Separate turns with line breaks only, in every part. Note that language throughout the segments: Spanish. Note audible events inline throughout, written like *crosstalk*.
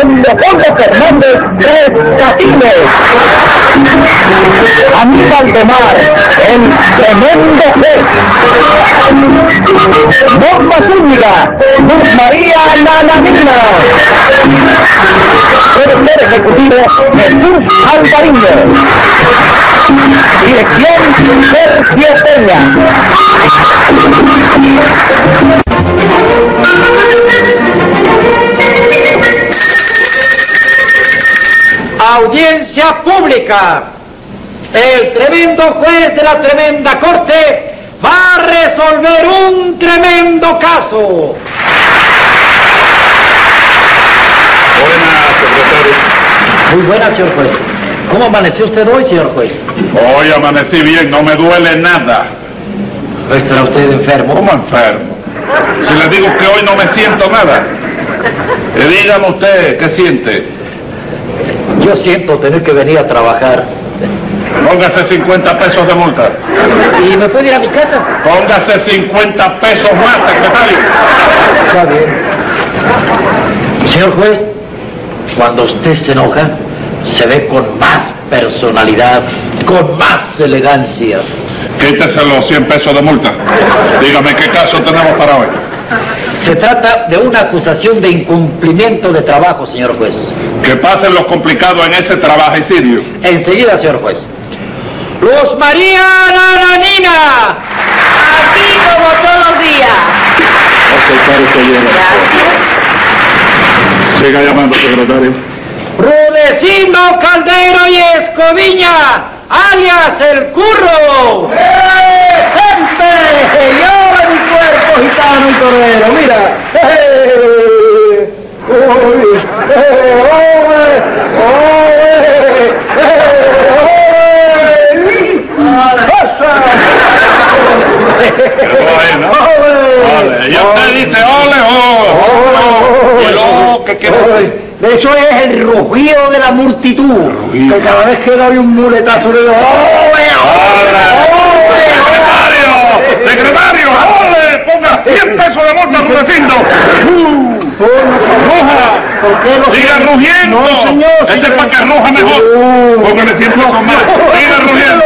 En Leopoldo Fernández Tres Catines. Aníbal de Mar, el tremendo juez. Norma Zúñiga, Luz María Nananina. Productor ejecutivo Jesús Alvariño. Dirección Sergio Peña.
Audiencia pública. El tremendo juez de la tremenda corte va a resolver un tremendo caso.
Buenas, secretario.
Muy buena, señor juez. ¿Cómo amaneció usted hoy, señor juez?
Hoy amanecí bien, no me duele nada.
¿No estará usted enfermo?
¿Cómo enfermo? Si le digo que hoy no me siento nada. Eh, dígame usted, ¿qué siente?
Yo siento tener que venir a trabajar.
Póngase 50 pesos de multa.
¿Y me puede ir a mi casa?
Póngase 50 pesos más, secretario.
Está bien. Señor juez, cuando usted se enoja, se ve con más personalidad, con más elegancia.
Quítese los 100 pesos de multa. Dígame qué caso tenemos para hoy.
Se trata de una acusación de incumplimiento de trabajo, señor juez.
Que pasen los complicados en ese trabajicidio.
Enseguida, señor juez. Luz María Nananina,
Aquí como todos los días.
Siga llamando, secretario.
Rudecindo Caldero y Escoviña, alias El Curro.
¡Presente! Y ahora mi cuerpo gitano y torero, mira. ¡Eh! ¡Uy! ¡Eh! ¡Ole! ¡Ole! ¡Eh! ¡Ole! ¡Pasa!
Bueno, ole. Y usted dice ole, oh. Y el oh, ¿qué quiere decir?
Eso es el rugido de la multitud.
que cada
vez que doy un muletazo le digo ¡Ole!
¡Secretario! ¡Secretario! ¡Ole! ¡Ponga 100 pesos de multa, Rudecindo! ¡Ruja!
¿Por qué no
¡Siga rugiendo!
No, señor,
¡Este es
señor.
para que ruja mejor! ¡Póngale 100 pesos más! ¡Siga rugiendo!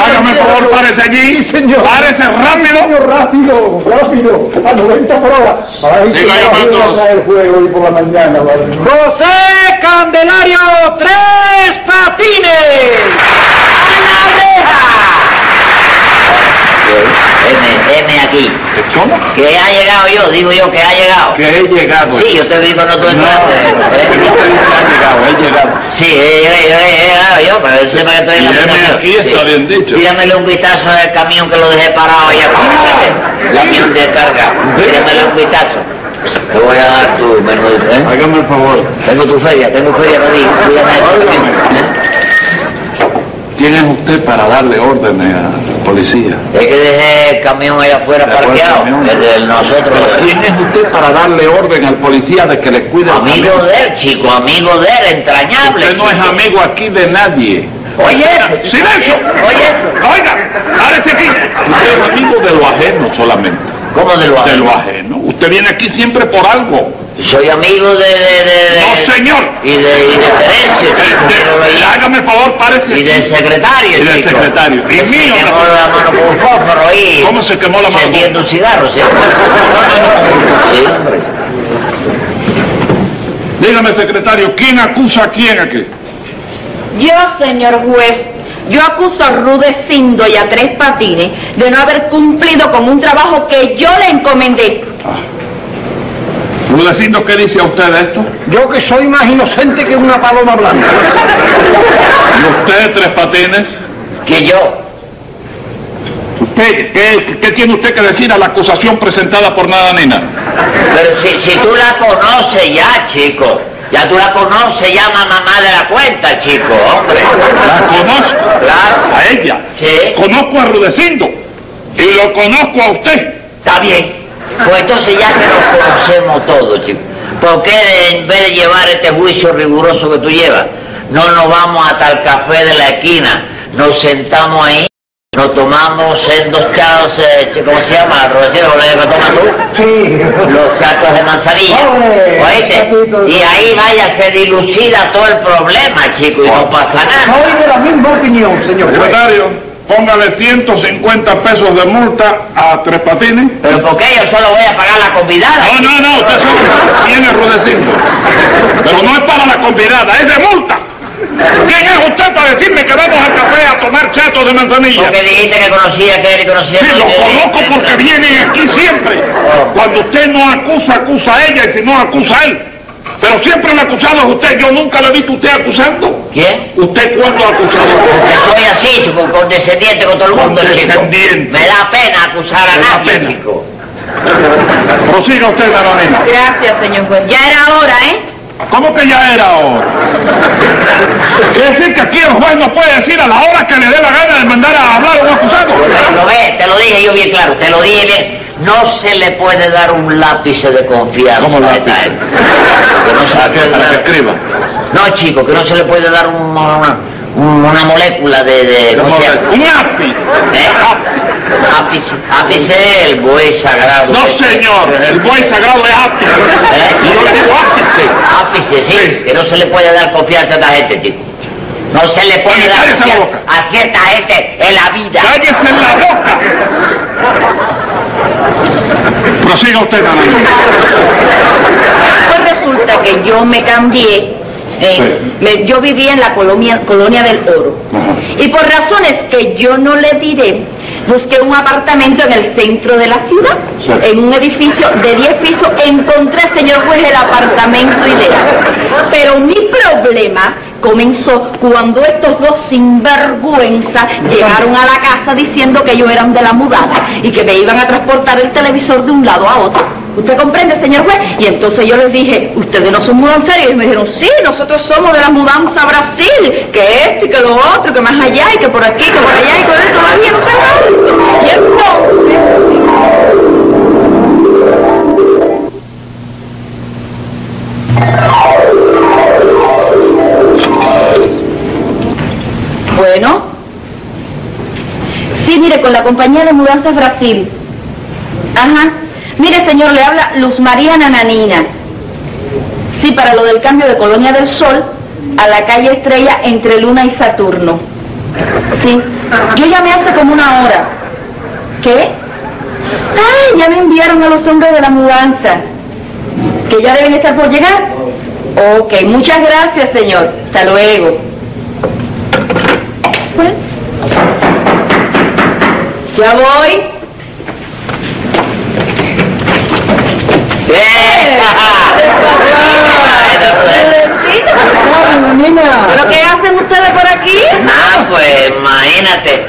¡Hágame favor, párese allí!
señor.
¡Párese rápido!
rápido, rápido, a 90 por hora. Ay, que
Siga llamando.
va a jugar el juego hoy por la mañana, vale.
José Candelario Tres Patines.
M, M aquí.
¿Cómo?
Que ha llegado yo, digo yo que ha llegado.
Que he llegado.
Sí, yo te vi con otro
que no te dice ha llegado, he llegado.
Sí, he, he- he llegado yo, pero el tema que estoy en la
Y M
aplicación.
aquí está
Sí.
bien dicho.
Tíramele un vistazo al camión que lo dejé parado allá.
Ah.
Camión de carga. Tíramele un vistazo. Te voy a dar tu menú, ¿eh?
Hágame el favor.
Tengo tu feria, tengo feria para ti. Cuídame de eso también.
¿Quién es usted para darle órdenes a la policía?
Es que dejé el camión allá afuera
Dejó el
parqueado.
camión.
El de nosotros.
¿Quién es usted para darle orden al policía de que le cuide el
Amigo
camión?
de él, chico, amigo de él, entrañable.
Usted no es
chico.
amigo aquí de nadie.
Oye, eso.
¡Silencio!
Oye, eso.
¡Oiga! ¡Párese aquí! Usted es amigo de lo ajeno solamente.
¿Cómo de lo
De
hago?
lo ajeno. Usted viene aquí siempre por algo.
Soy amigo de... de, de, de-
¡No, señor!
Y de, y de Terencio,
Eh,
pero lo-
de- Hágame el favor, párese.
Y del secretario,
Y del
chico.
secretario. Y mío.
Se quemó la mano con un fósforo y...
¿Cómo se quemó la mano?
Encendiendo un cigarro, ¿sí? Sí, hombre.
Dígame, secretario, ¿quién acusa a quién aquí?
Yo, señor juez, yo acuso a Rudecindo y a Tres Patines de no haber cumplido con un trabajo que yo le encomendé.
Rudecindo, ¿qué dice a usted de esto?
Yo que soy más inocente que una paloma blanca.
¿Y usted, Tres Patines?
Que yo,
¿Usted, qué, qué tiene usted que decir a la acusación presentada por Nada Nina?
Pero si, si tú la conoces ya, chico. Ya tú la conoces, llama mamá de la cuenta, chico, hombre.
¿La conozco?
*laughs* Claro.
¿A ella?
Sí.
Conozco a Rudecindo y lo conozco a usted.
Está bien. Pues entonces ya que nos conocemos todos, chicos, ¿por qué en vez de llevar este juicio riguroso que tú llevas, no nos vamos hasta el café de la esquina nos sentamos ahí, nos tomamos eh, dos chavos, eh, ¿cómo se llama? Rocío, lo que tomas tú,
Sí.
los sacos de manzanilla,
Hombre,
¿oíste?
papito.
Y ahí vaya, se dilucida todo el problema, chico, y
Oh.
no pasa nada.
Soy de la misma opinión, señor juez.
Secretario, póngale 150 pesos de multa a Tres Patines.
Pero porque yo solo voy a pagar la convidada.
No, no, no, usted solo tiene rudecindo. Pero no es para la convidada, es de multa. ¿Quién es usted para decirme que vamos al café a tomar chatos de manzanilla?
Porque dijiste que conocía a aquel y conocía a
Sí, lo
aquel.
conozco porque vienen aquí siempre. Cuando usted no acusa, acusa a ella y si no acusa a él. Pero siempre el acusado es usted. Yo nunca le he visto a usted acusando.
¿Quién?
¿Usted cuándo ha
Porque
acusado?
soy así, chico, condescendiente con todo el mundo, chico.
Condescendiente.
Me da pena acusar a
Me da
nadie,
pena.
chico.
Prosiga usted, Nananina.
Gracias, señor juez. Ya era hora, ¿eh?
¿Cómo que ya era ahora? Quiere decir que aquí el juez no puede decir a la hora que le dé la gana de mandar a hablar a un acusado.
Lo ves, te lo dije yo bien claro, te lo dije bien. No se le puede dar un lápiz de confianza.
¿Cómo
a
lápiz?
esta gente. Que no se le puede
Para que
dar-
escriba.
No, chico, que no se le puede dar un- una, un- una molécula de... de ¿cómo se llama?
Un lápiz.
¿Eh? Lápiz, lápiz es el buey sagrado.
No,
Este.
señor, el buey sagrado es ápice.
¿Eh?
Yo le digo ápice.
Ápice, sí,
Sí.
que no se le puede dar confianza a esta gente, chico. No se le puede
Oye,
dar
cállese la
confianza
boca.
a cierta gente en la vida.
¡Cállese en la boca! Prosiga usted, Nananina.
Pues resulta que yo me cambié. eh,
Sí.
me- yo vivía en la colonia, colonia del Oro.
Ajá.
Y por razones que yo no le diré, busqué un apartamento en el centro de la ciudad,
Sí.
en un edificio de 10 pisos. Encontré, señor juez, el apartamento ideal. Pero mi problema comenzó cuando estos dos sinvergüenza llegaron a la casa diciendo que yo eran de la mudada y que me iban a transportar el televisor de un lado a otro. ¿Usted comprende, señor juez? Y entonces yo les dije, ustedes no son mudanceros. Y ellos me dijeron, sí, nosotros somos de la mudanza a Brasil, que esto y que lo otro, que más allá y que por aquí, que por allá y que todavía no sé nada". Y entonces... Bueno. Sí, mire, con la compañía de mudanzas Brasil. Ajá. Mire, señor, le habla Luz María Nananina. Sí, para lo del cambio de Colonia del Sol a la calle Estrella entre Luna y Saturno. Sí. Yo llamé hace como una hora. ¿Qué? Ay, ya me enviaron a los hombres de la mudanza. Que ya deben estar por llegar. Ok, muchas gracias, señor. Hasta luego. Bueno. Ya voy.
¡Bien!
¿Pero qué hacen ustedes por aquí?
Nada, pues imagínate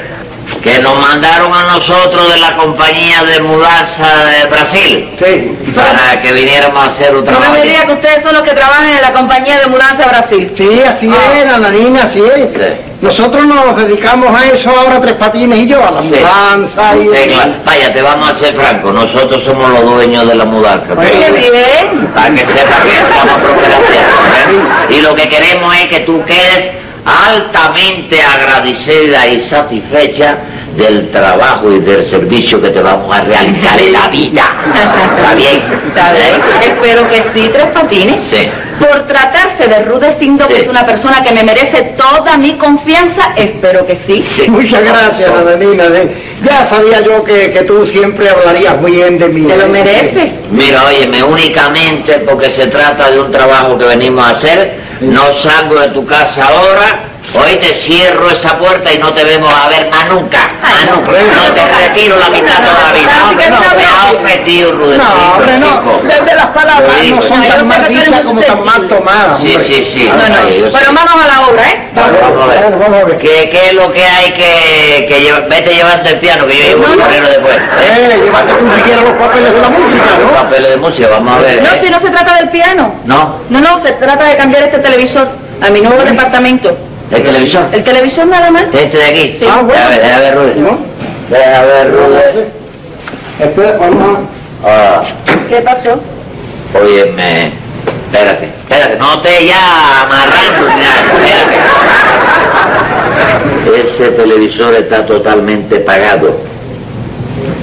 que nos mandaron a nosotros de la compañía de mudanza de Brasil
Sí.
para que viniéramos a hacer un
No
trabajo.
me diría que ustedes son los que trabajan en la compañía de mudanza Brasil.
Sí, así
Ah.
es, Nananina, así es.
Sí.
Nosotros nos dedicamos a eso ahora, Tres Patines y yo, a la
Sí.
mudanza y...
Sí, claro. Vaya, te vamos a ser franco, nosotros somos los dueños de la mudanza.
Oye,
eh,
bien.
Para que sepa que estamos procrastinando. ¿eh? Y lo que queremos es que tú quedes altamente agradecida y satisfecha del trabajo y del servicio que te vamos a realizar en la vida. ¿Está bien? ¿Eh?
Está bien. Espero que sí, Tres Patines.
Sí.
Por tratarse de Rudecindo, que
Sí.
es una persona que me merece toda mi confianza, espero que sí.
Muchas gracias, Nananina. de- Ya sabía yo que, que tú siempre hablarías muy bien de mí.
Te lo
¿eh?
mereces.
Mira, óyeme, únicamente porque se trata de un trabajo que venimos a hacer, no salgo de tu casa ahora, hoy te cierro esa puerta y no te vemos a ver más nunca.
Ay,
más
no,
nunca. No te retiro la mitad
No,
todavía.
no,
No,
no,
me
no,
ha
no.
ofendido, Rudecindo,
No, hombre, no.
chico.
Desde las palabras
Sí,
no
pues.
son
Ay,
tan
no,
mal
pero tú eres
dichas
muy
como tan mal
sensible. pues,
tomadas,
Sí,
hombre.
sí, sí.
No, no.
Ay, yo
Pero
sé.
manos a la obra, ¿eh?
Bueno, vamos a ver.
Bueno, vamos a ver.
¿Qué, qué es lo que hay que, que llevar? Vete llevando el piano, que yo llevo el bolero después. ¿eh?
Eh, llévate tú siquiera los papeles de la música,
Los
¿no?
papeles de música, vamos a ver.
No,
¿eh?
si no se trata del piano.
¿No?
No, no, se trata de cambiar este televisor a mi nuevo departamento.
¿El televisor?
El televisor nada más.
Este de aquí.
Sí. Ah,
bueno.
A ver, a ver, Rudy.
¿No?
A ver, Rudy.
Espera, vamos a...
Ah,
¿Qué pasó?
óyeme. Espérate, espérate, no te ya amarrando ni nada, espérate. Ese televisor está totalmente pagado.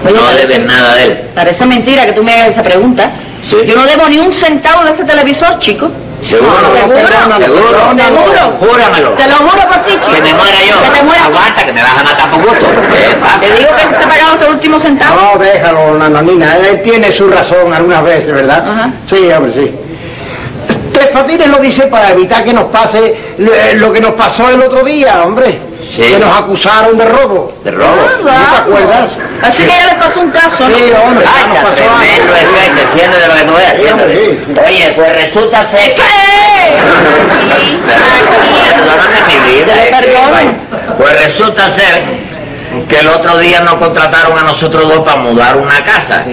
No debes nada de él.
Parece mentira que tú me hagas esa pregunta.
Sí.
Yo no debo ni un centavo de ese televisor, chico.
¿Seguro?
¿Seguro?
¿Seguro?
¿Seguro?
Júramelo.
Te lo juro por ti, chico.
Que me muera yo.
Que te muera tú.
Aguanta, que me vas a matar por gusto. Eh, ¿Qué pasa?
Te digo que se te ha pagado hasta el último centavo.
No, déjalo, nananina. Él tiene su razón algunas veces, ¿verdad?
Ajá.
Sí, hombre, sí. Tres Patines lo dice para evitar que nos pase lo, eh, lo que nos pasó el otro día, hombre.
Sí.
Que nos acusaron de robo.
Te
Ah,
robo.
vamos.
te acuerdas?
Así que ya les pasó un caso, ¿no?
Sí, hombre, ya nos
Cállate,
pasó algo.
negro, es que te sientes de lo que tú veas,
hombre,
¿entiendes? Oye, pues resulta ser que...
¡Sí!
Perdóname mi vida. es que,
Perdón.
vaya, Pues resulta ser que el otro día nos contrataron a nosotros dos para mudar una casa.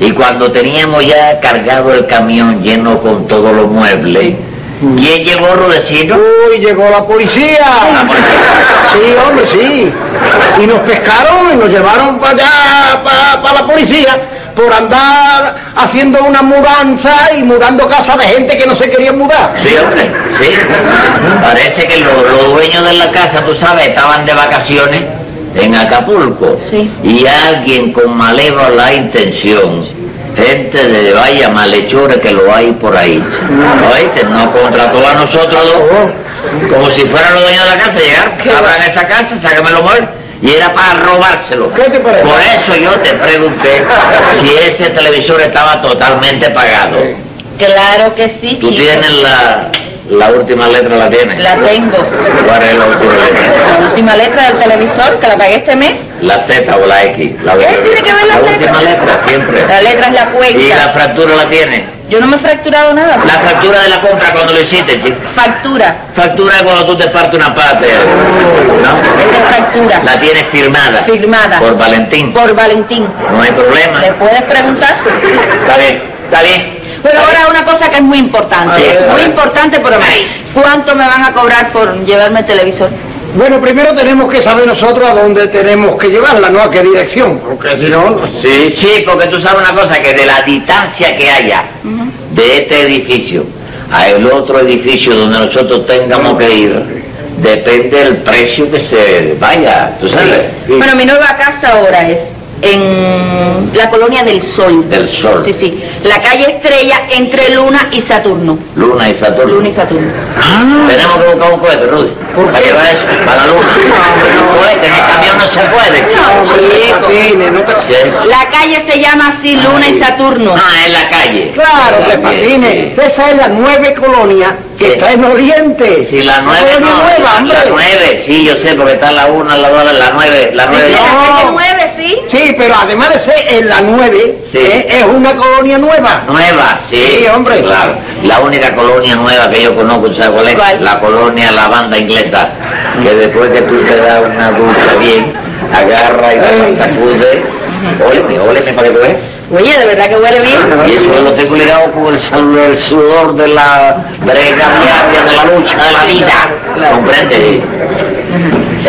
Y cuando teníamos ya cargado el camión lleno con todos los muebles, ¿quién llegó Rudecino?
Uy, llegó la policía.
La policía.
Sí, hombre, sí. Y nos pescaron y nos llevaron para allá, para la policía, por andar haciendo una mudanza y mudando casa de gente que no se quería mudar.
Sí, hombre, sí. Parece que lo- los dueños de la casa, tú sabes, estaban de vacaciones en Acapulco.
Sí.
Y alguien con malévola intención, gente de vaya malhechores que lo hay por ahí, oíste, nos contrató a nosotros dos, como si fueran los dueños de la casa, llegaron, abran esa casa, sácame los muebles, y era para robárselo.
¿Qué te parece?
Por eso yo te
*laughs*
pregunté si ese televisor estaba totalmente pagado.
Claro que sí,
Tú
chico.
tienes la, la última letra, la tienes.
La tengo.
¿Cuál es la última
La
letra?
última letra del televisor que la pagué este mes.
La Z o la X. La,
¿Qué ¿Eh? tiene que ver la letra?
última letra, siempre.
La letra es la
¿Y la
cuenta.
fractura la tienes?
Yo no me he fracturado nada.
La fractura de la compra cuando lo hiciste, chico.
Factura.
Fractura es cuando tú te partes una parte.
Esa es
¿No?
factura.
La tienes firmada.
Firmada.
Por Valentín.
Por Valentín.
No hay problema.
¿Le puedes preguntar?
Está bien, está bien.
Pero ahora una cosa que es muy importante.
A ver, a
muy
ver.
importante para mí.
Ay.
¿Cuánto me van a cobrar por llevarme el televisor?
Bueno, primero tenemos que saber nosotros a dónde tenemos que llevarla, no a qué dirección, porque si no... no-
Sí, chico, que tú sabes una cosa, que de la distancia que haya de este edificio a el otro edificio donde nosotros tengamos que ir, depende del precio que se vaya, tú sabes,
Bueno, mi nueva casa ahora es en la colonia del Sol.
del sol,
Sí, sí. La calle Estrella entre Luna y Saturno.
luna y Saturno.
Luna y Saturno.
Tenemos que buscar un cohete, Rudy, para llevar eso, para la luna. Un cohete en el camión no se puede. chico.
Patines, no te-
Sí.
La calle se llama así Luna y Saturno.
Ah, en la calle.
Claro, Tres
Bien,
Patines.
sí.
Esa es la nueve colonia que
Sí.
está en Oriente.
Si la nueve,
Colonia
no,
nueva,
la-
hombre.
la nueve, sí, yo sé, porque está la una, la dos, la nueve, la nueve.
La
no.
calle 9, sí.
Sí, pero además de ser en la 9,
Sí.
eh, es una colonia nueva.
Nueva, sí.
Sí, hombre.
Claro. La única colonia nueva que yo conozco, ¿sabes cuál es?
¿Cuál?
La colonia La Banda Inglesa. Que después que tú te das una ducha bien, agarra y
Ay.
la sacude. Óleme, óleme para que tú veas.
Oye, de verdad que huele bien.
Y eso lo tengo ligado con el, sal- el sudor de la brega diaria, de la lucha, de la vida. ¿Comprende?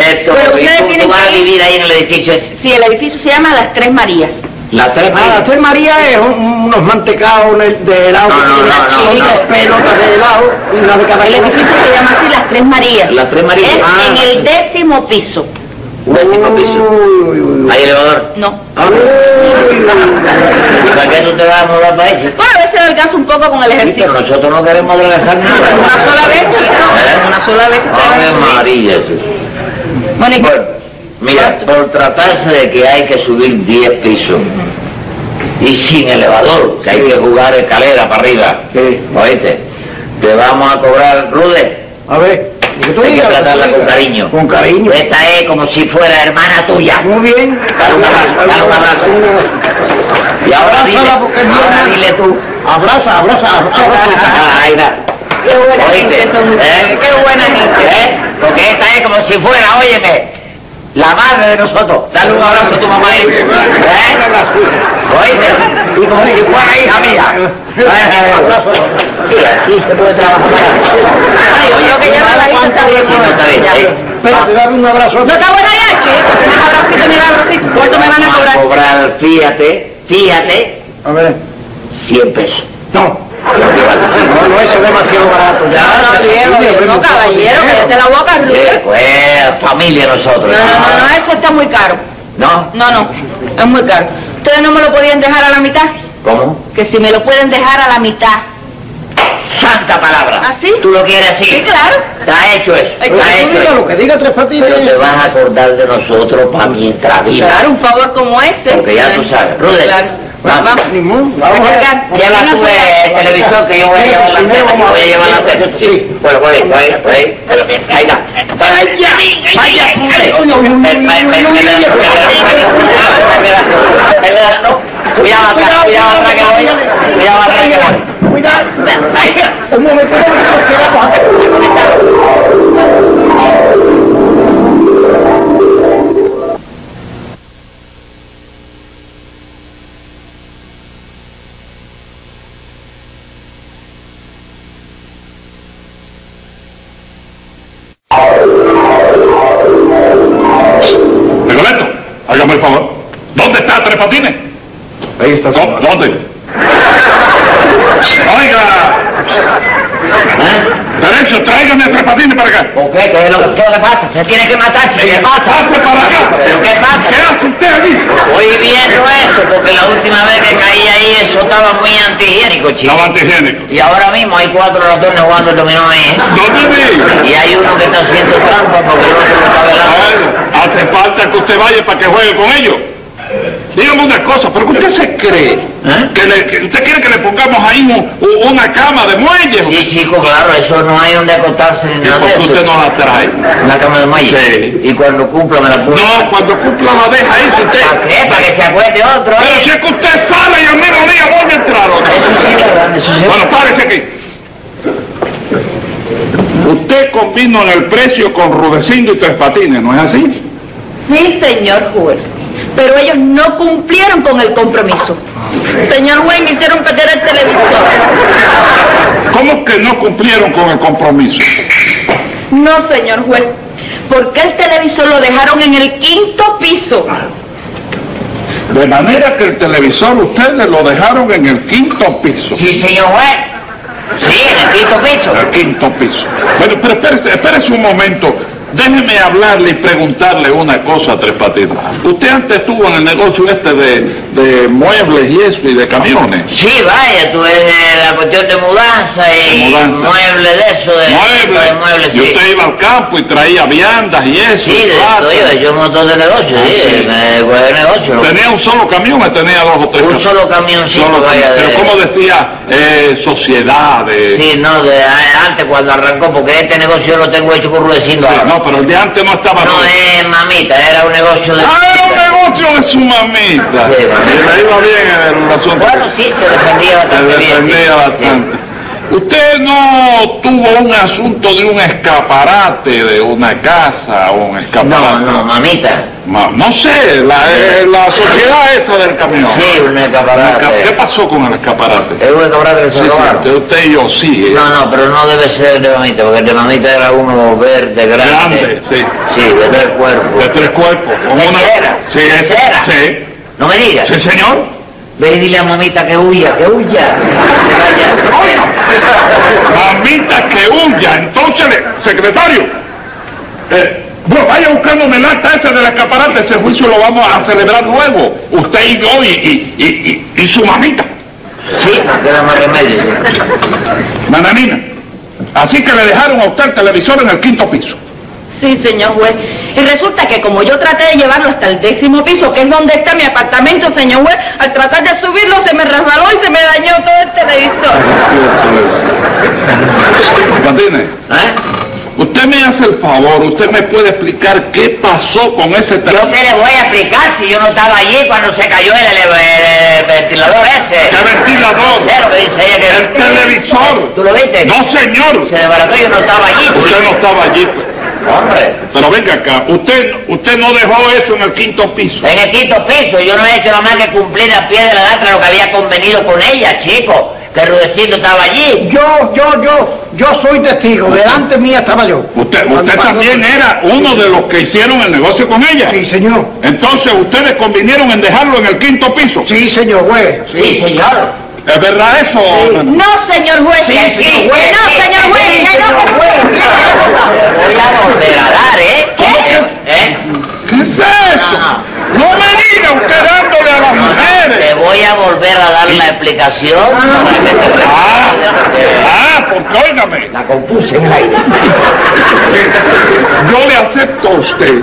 Esto,
Pero
y
ustedes
tú- tú
tienen
vas a
que-
vivir ahí en el edificio ese.
Sí, el edificio se llama Las Tres Marías.
La tres
Ah, la
Marías.
Tres María es un- unos mantecados de- de helado,
No, no,
unas
no, no,
chinitas
no.
pelotas de helado y una de cada
El edificio se llama así Las Tres Marías.
Las Tres Marías.
Es
Ah.
¿Eh? en el décimo piso.
Último piso.
Uy, uy, uy.
¿Hay elevador?
No.
¿Y para qué tú te vas a mudar para eso?
Bueno, a veces alcanza un poco con el
Sí,
ejercicio.
pero nosotros no queremos adelgazar nada.
Una sola vez, chico.
¿Eh?
Una sola vez que te vas a
Ave
subir.
María, Jesús.
Bueno, ¿y qué?
Bueno, mira, por tratarse de que hay que subir 10 pisos y sin elevador, que hay que jugar escalera para arriba,
Sí.
¿oíste? Te vamos a cobrar, Rude,
A ver, ¿qué tú
hay que
digas?
tratarla con cariño.
Con cariño.
Esta es como si fuera hermana tuya.
Muy bien.
Dale un abrazo, dale un abrazo. Y ahora dile,
Abrázala porque es mi
ahora
hermana.
dile tú.
Abraza, abraza, abraza.
*laughs* Ah, ahí va.
Qué buena
Oíste,
gente son ustedes,
¿eh?
qué buena gente.
¿Eh? Porque esta es como si fuera, óyeme, la madre de nosotros. Dale un abrazo a tu mamá ahí. ¿Eh? ¿Oíste? Y como si fuera hija mía. Eh, Sí, así se puede trabajar.
Ay, yo que ya no la hice, está bien,
No, está bien, ¿eh?
Pero te dame un abrazo.
No está buena ya, chico. Te me abracito, me abracito. ¿Cuánto me van a
Vamos
cobrar?
cobrar, fíjate, fíjate,
A ver.
100 pesos.
No. No, no, eso es demasiado barato.
Ya,
Sí,
No,
hombre,
no,
mucho
caballero,
dinero.
cállate la boca,
Eh,
Luis.
pues, familia nosotros.
No, no, no, no, eso está muy caro.
¿No?
No, no, es muy caro. Ustedes no me lo podían dejar a la mitad,
¿Cómo?
que si me lo pueden dejar a la mitad.
Santa palabra.
¿Ah, sí?
¿Tú lo quieres así?
Sí, claro.
Está hecho eso.
Ay,
Está
que tú
hecho
Diga
eso.
lo que diga Tres Patines.
Pero te vas a acordar de nosotros para mientras vivas.
Claro, un favor como este.
Porque ya tú sabes. Rude.
Claro.
Vamos.
Vamos.
Ni modo, vamos a ver.
Cargar.
Lleva tú el televisor que yo voy a llevar la
Primero
teta, yo
vamos a-
voy a llevar la teta. Sí. Bueno, pues, voy, voy, voy. Pero bien, ahí está. ¡Vaya! ¡Vaya!
Coño, uy, uy, uy, uy, uy, uy,
Cuidado atrás, cuidado atrás que voy. Cuidado atrás que voy.
Cuidado. Un momento, que vamos a-
Recoleto, hágame el favor. ¿Dónde está Tres Patines?
Ahí está.
¿Dó- ¿Dónde? Oiga,
¿Eh?
derecho, tráigame a Tres Patines para acá.
¿Con qué? ¿Qué es lo que qué es lo que pasa? Se tiene que matar, chico. ¿Qué pasa?
¡Pase para acá!
¿Pero qué pasa?
¿Qué hace usted aquí?
Estoy viendo eso porque la última vez que caí ahí eso estaba muy antihigiénico, chico.
Estaba antihigiénico.
Y ahora mismo hay cuatro ratones jugando dominó ahí. ¿eh?
No te digas.
Y hay uno que está haciendo trampa porque el otro lo está velando.
Bueno, hace falta que usted vaya para que juegue con ellos. Dígame una cosa, ¿por qué usted se cree?
¿Eh?
Que le- que- ¿Usted quiere que le pongamos ahí un- un- una cama de muelles?
Sí, chico, claro, eso no hay donde acostarse ni
¿Y
nada
por
de
qué usted
eso.
no la trae?
Una cama de maíz.
Sí.
Y cuando cumpla me la pongo.
No, cuando cumpla la deja ahí si usted.
¿Para qué? ¿Para que se acueste otro?
Pero si
¿eh?
es que usted sale y al mismo día vuelve a entrar. ¿o
Eso
no?
sí, ¿verdad? Eso sí.
Bueno, párese aquí. Usted combinó en el precio con Rudecindo y Tres Patines, ¿no es así?
Sí, señor juez. Pero ellos no cumplieron con el compromiso. Señor juez, me hicieron perder el televisor.
¿Cómo que no cumplieron con el compromiso?
No, señor juez. Porque el televisor lo dejaron en el quinto piso.
De manera que el televisor ustedes lo dejaron en el quinto piso.
Sí, señor juez. Sí, en el quinto piso.
En el quinto piso. Bueno, pero espérese, espérese un momento. Déjeme hablarle y preguntarle una cosa, Tres Patines. Usted antes estuvo en el negocio este de, de muebles y eso, y de camiones.
Sí, vaya, tú eres de la cuestión de mudanza y
De mudanza.
muebles de eso, de de
Muebles.
muebles,
Y
sí.
usted iba al campo y traía viandas y eso.
Sí,
y
de
platos.
eso, yo, yo un montón de negocios,
Ah,
sí,
sí.
me cogí el negocio. ¿no?
¿Tenía un solo camión o tenía dos o tres
Un solo camioncito,
Solo
vaya,
camión.
de...
Pero como decía, eh, sociedades.
Sí, no, de a- antes cuando arrancó, porque este negocio lo tengo hecho con Rudecindo
Sí,
ahora.
no, pero el de antes no estaba.
No, eh, de mamita, era un negocio de...
¡Ah, era un negocio de su mamita!
Sí.
Y le iba bien el asunto.
Bueno, sí, se defendía
Se
bastante bien, sí,
defendía bastante. ¿Usted no tuvo un asunto de un escaparate de una casa o un
sí. No,
escaparate?
no, mamita.
Ma- no sé, la, eh, la sociedad esa del camión.
Sí, un
Esca- ¿Qué
escaparate.
pasó con el escaparate?
Es un escaparate que
Sí,
se robaron.
sí, usted y yo sí. eh.
No, no, pero no debe ser de mamita, porque el de mamita era uno verde, grande.
Grande, sí.
Sí, de tres cuerpos.
De tres cuerpos. Con
¿De
una...
cera?
Sí,
¿De
ese-
cera?
sí.
No me digas.
Sí, señor.
Ve y dile a mamita que huya, que huya. Que vaya.
Mamita que huya, entonces, le- secretario. eh, bueno, vaya buscándome el acta esa del escaparate, ese juicio lo vamos a celebrar luego. Usted y yo y, y- y- y- y su mamita,
Sí, no queda más remedio. sí.
Nananina. Así que le dejaron a usted el televisor en el quinto piso.
Sí, señor juez. Y resulta que como yo traté de llevarlo hasta el décimo piso, que es donde está mi apartamento, señor juez, al tratar de subirlo se me resbaló y se me dañó todo el televisor.
Martínez,
¿Eh?
usted me hace el favor, usted me puede explicar qué pasó con ese
Yo
teléfono.
te le voy a explicar si yo no estaba allí cuando se cayó el, el- el- el ventilador ese.
¿Qué ventilador?
Sé lo que dice ella que-
El televisor.
¿Tú lo viste?
No, señor.
Se desbarató, yo no estaba allí.
Usted no estaba allí. pues.
Hombre,
Pero venga acá, usted, usted no dejó eso en el quinto piso.
en el quinto piso yo no he hecho nada más que cumplir a pie de la letra lo que había convenido con ella, chico. Que Rudecindo estaba allí.
Yo, yo, yo, yo soy testigo. Delante mía estaba yo.
Usted,
Cuando
usted
pasó-
también era uno de los que hicieron el negocio con ella.
Sí, señor.
Entonces ustedes convinieron en dejarlo en el quinto piso.
Sí, señor juez.
Sí, señor.
¿Es verdad eso? Nana?
No, señor juez.
Sí,
que
señor juez.
que No, señor juez.
Sí,
que no,
señor
que-
Voy a volver a dar, ¿eh?
¿Cómo que
explicación.
Ah, ah, porque óigame,
La compuse en el aire.
Yo le acepto a usted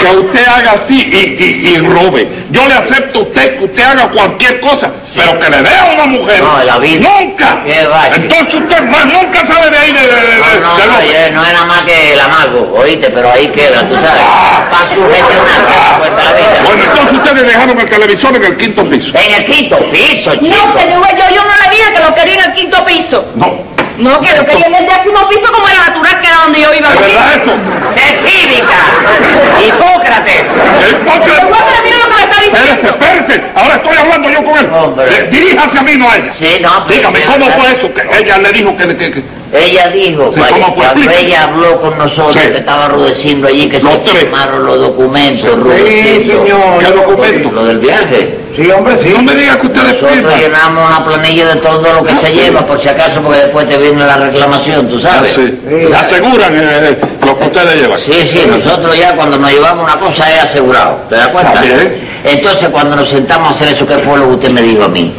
que usted haga así y, y- y robe. Yo le acepto a usted que usted haga cualquier cosa, pero que le dé a una mujer.
No, la vida.
Nunca.
Qué va, chico.
Entonces usted más nunca sale de ahí de, de- de- de-
No, no,
de
no,
López.
yo- no es nada más que el amargo, oíste, pero ahí queda, tú sabes. Para sugestionar,
Ah,
para la vida.
Bueno, entonces ustedes dejaron el televisor en el quinto piso.
En el quinto piso, chico.
No, señor juez, yo, yo no le dije que lo quería en el quinto piso.
No.
No, que lo quería en el décimo piso como era natural que era donde yo iba a
¿Es
vivir.
verdad eso?
¡Sé cívica! ¡Hipócrates!
Pero
Hipócrates.
juez, pero mira lo que me está
Espérese,
diciendo.
espérese. Ahora estoy hablando yo con él.
Hombre.
Eh, Diríjase a mí, no a ella.
Sí, no, pero-
Dígame, ¿cómo fue eso? Que ella le dijo que... que- que-
Ella dijo,
Sí,
vaya,
¿cómo fue?
cuando
Explique.
ella habló con nosotros,
Sí.
que estaba rudeciendo allí, que
Los
se
tres.
firmaron los documentos, Rudecindo.
señor.
¿Qué documento?
Lo del viaje.
Sí, hombre, sí.
No me diga que ustedes
Nosotros
firman.
llenamos una planilla de todo lo que se lleva, por si acaso, porque después te viene la reclamación, tú sabes.
Ah, Sí. Le aseguran eh, eh, lo que ustedes llevan.
Sí, sí, nosotros ya cuando nos llevamos una cosa es asegurado, ¿te das cuenta?
Está bien.
Entonces cuando nos sentamos a hacer eso, ¿qué fue lo que usted me dijo a mí?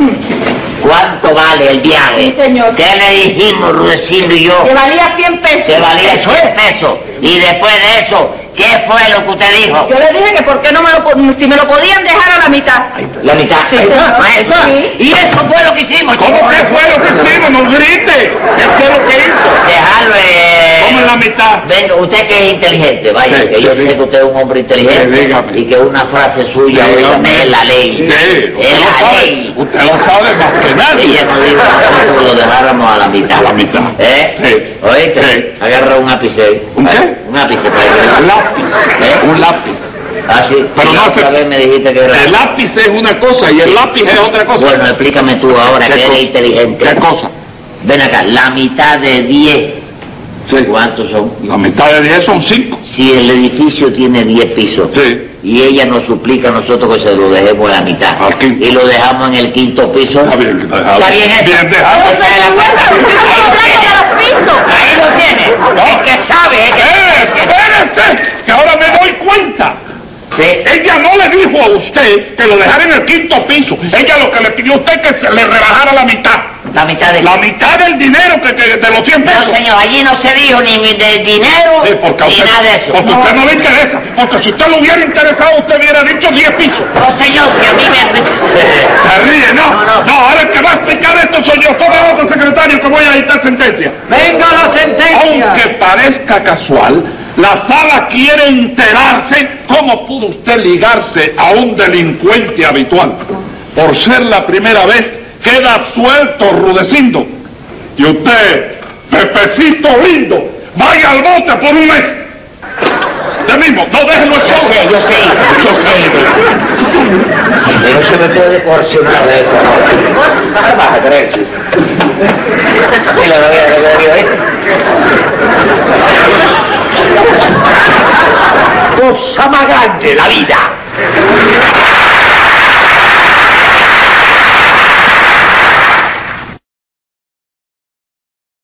¿Cuánto vale el viaje?
Sí, señor.
¿Qué le dijimos, Rudecindo y yo?
Que valía 100 pesos.
Que valía 100 pesos. Y después de eso, ¿qué fue lo que usted dijo?
Yo le dije que por qué no me lo, po- si me lo podían dejar a la mitad.
La mitad.
Sí,
Ahí está,
señor.
ahí está.
Sí.
Y eso fue lo que hicimos.
¿Cómo
chico.
que fue lo que hicimos? ¡No grite! ¿Qué fue lo que hizo?
Dejarlo eh,
¿Cómo en la mitad?
Venga, usted que es inteligente, vaya,
Sí,
que yo
sí.
sé que usted es un hombre inteligente
Sí, dígame.
y que una frase suya
Sí,
óigame,
hombre.
es la ley.
Sí,
es
usted lo
la
sabe.
ley.
Usted lo sabe más que nadie.
Ella nos dijo a nosotros que lo dejáramos a la mitad.
A la mitad.
¿Eh?
Sí.
¿Oíste?
Sí.
Agarra un ápice.
¿Un
Vaya,
qué?
Un ápice para que
Un lápiz.
¿Eh?
Un lápiz.
Ah, sí.
Pero
Y
no
la
hace-
otra vez me dijiste que era...
El lápiz es una cosa y el lápiz es otra cosa.
Bueno, explícame tú ahora
¿Qué
que eres
cosa?
inteligente.
¿Qué cosa?
Ven acá, la mitad de 10,
Sí.
¿cuántos son?
La mitad de 10 son 5.
Si el edificio tiene 10 pisos
Sí.
y ella nos suplica a nosotros que se lo dejemos a la mitad
Al quinto.
y lo dejamos en el quinto piso,
Está bien, dejado.
Está bien hecho.
Bien dejado.
Pero, señor juez, pero usted está hablando de los pisos.
ahí lo tienes.
*laughs*
El que sabe es que...
¡Eh! ¡Espérese! Que ahora me doy cuenta.
Sí.
Ella no le dijo a usted que lo dejara en el quinto piso. Ella lo que le pidió a usted que se le rebajara la mitad.
La mitad de...
La mitad del dinero que, que- de los 100 pesos.
No, señor, allí no se dijo ni mi- de dinero
Sí, porque a
ni
usted,
nada de eso.
porque a
no,
usted no le interesa. Porque si usted lo hubiera interesado, usted hubiera dicho 10 pisos.
no, señor, que a
*laughs*
mí me...
Se ríe, ¿no?
No, no.
ahora el que va a explicar esto soy yo. Tome otro secretario que voy a dictar sentencia.
¡Venga la sentencia!
Aunque parezca casual, la sala quiere enterarse cómo pudo usted ligarse a un delincuente habitual. Por ser la primera vez, queda absuelto Rudecindo. Y usted, Pepecito lindo, vaya al bote por un mes. Ya mismo, no déjelo el show.
sé, yo sé.
Yo sé.
Pero se me puede coercionar de esto, ¿no? No me vas a creer, sí. Sí, lo voy a- lo voy a oír. Cosa más grande la vida.